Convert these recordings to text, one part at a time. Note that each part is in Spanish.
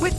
With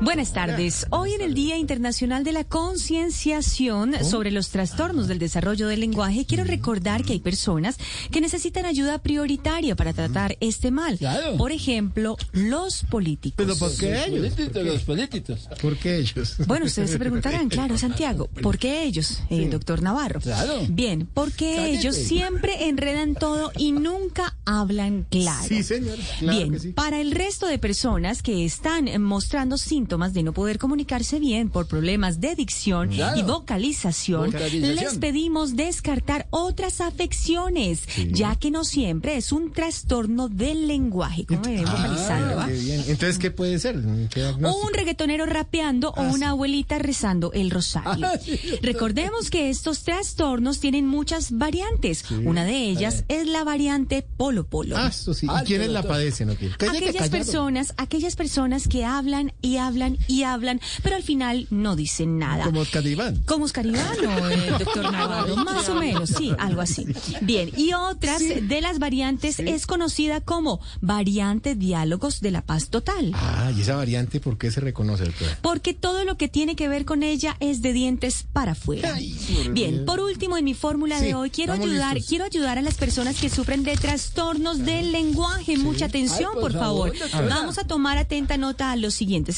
Buenas tardes. Hoy en el Día Internacional de la Concienciación sobre los trastornos del desarrollo del lenguaje, quiero recordar que hay personas que necesitan ayuda prioritaria para tratar este mal. Mm. Claro. Por ejemplo, los políticos. ¿Pero por qué ellos? Los políticos. ¿Por qué ellos? Bueno, ustedes se preguntarán, claro, Santiago, ¿por qué ellos, eh, doctor Navarro? Claro. Bien, porque Cállate. ellos siempre enredan todo y nunca hablan claro. Sí, señor. Claro bien, que sí. para el resto de personas que están eh, mostrando síntomas de no poder comunicarse bien por problemas de dicción Claro. y vocalización, Vocalización. les pedimos descartar otras afecciones, ya que no siempre es un trastorno del lenguaje. Como ven, vocalizando, ¿va? Ah, qué bien. Entonces, ¿qué puede ser? ¿Qué diagnóstico? un reggaetonero rapeando o una abuelita rezando el rosario. Ah, sí. Recordemos que estos trastornos tienen muchas variantes. Una de ellas es la variante polo polo. Ah, eso sí. Ah, ¿Y quiénes pero la doctor. padecen o qué? Cállate, Aquellas callado. personas, aquellas personas que hablan y hablan y hablan, pero al final no dicen nada. Como Cadiván. Como Oscar Iván o el doctor Navarro, más o menos, sí, algo así. Bien, y otras de las variantes es conocida como variante diálogos de la paz total. Ah, y esa variante, ¿por qué se reconoce, doctor? porque todo lo que tiene que ver con ella es de dientes para afuera. Ay, por Bien, Dios. por último en mi fórmula Sí, de hoy quiero estamos ayudar, listos. quiero ayudar a las personas que sufren de trastornos del lenguaje. Mucha atención, Ay, por, por favor. favor, doctora. Vamos a tomar atenta nota a lo siguiente,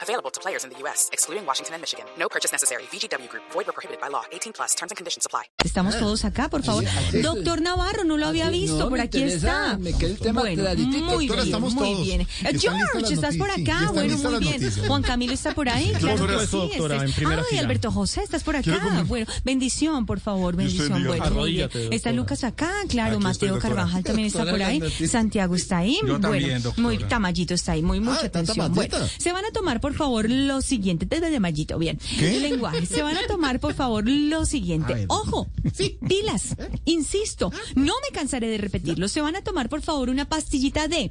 Available to players in the U.S., excluding Washington and Michigan. No purchase necessary. VGW Group, void or prohibited by law. 18 plus terms and conditions apply. Estamos todos acá, por favor. así es. Doctor Navarro, no lo había Así es. visto, No, por me aquí interesa, está. me quedé el tema bueno, claritito. muy Doctora, bien, estamos muy todos. bien. Eh, Están listas las George, estás por noticias. acá, Están bueno, listas muy las bien. noticias. Juan Camilo está por ahí, claro que sí. doctora, este es- en primera Ay, fila. Alberto José, estás por acá. Bueno, bendición, por favor, bendición. Bueno, muy bien. está Lucas acá, claro, Mateo Carvajal también está Doctora, por las ahí. noticias. Santiago está ahí. Yo bueno, también, doctora. muy Tamayito está ahí, muy mucha Ah, está atención. Bueno, Tamayita. se van a tomar, por favor, lo siguiente desde Tamayito, bien. El lenguaje. Se van a tomar, por favor, lo A siguiente. ver. Ojo, pilas, insisto, no me cansaré de repetirlo. Se van a tomar, por favor, una pastillita de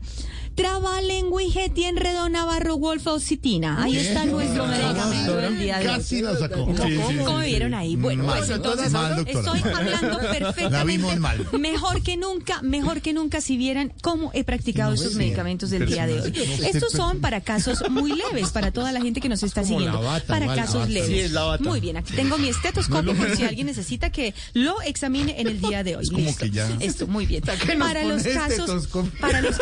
trabalenguijeti enredo navarro wolfocitina. Ahí está Ah, nuestro medicamento del día de hoy. Casi la sacó. ¿Cómo me vieron ahí? Bueno, Mm. Mal. pues entonces Mal, doctora. estoy hablando La perfectamente. vimos mal. Mejor que nunca, mejor que nunca si vieran cómo he practicado estos medicamentos del día de hoy. Estos son para casos muy leves, para toda la gente que nos está como la siguiendo. bata, Para igual, la casos bata. leves. Sí, es la bata. Muy bien, aquí tengo mi estetoscopio por si alguien necesita que lo examine en el día de hoy. como Listo. que ya- Esto, muy bien. qué nos Para los pone casos. estetoscopio? Para los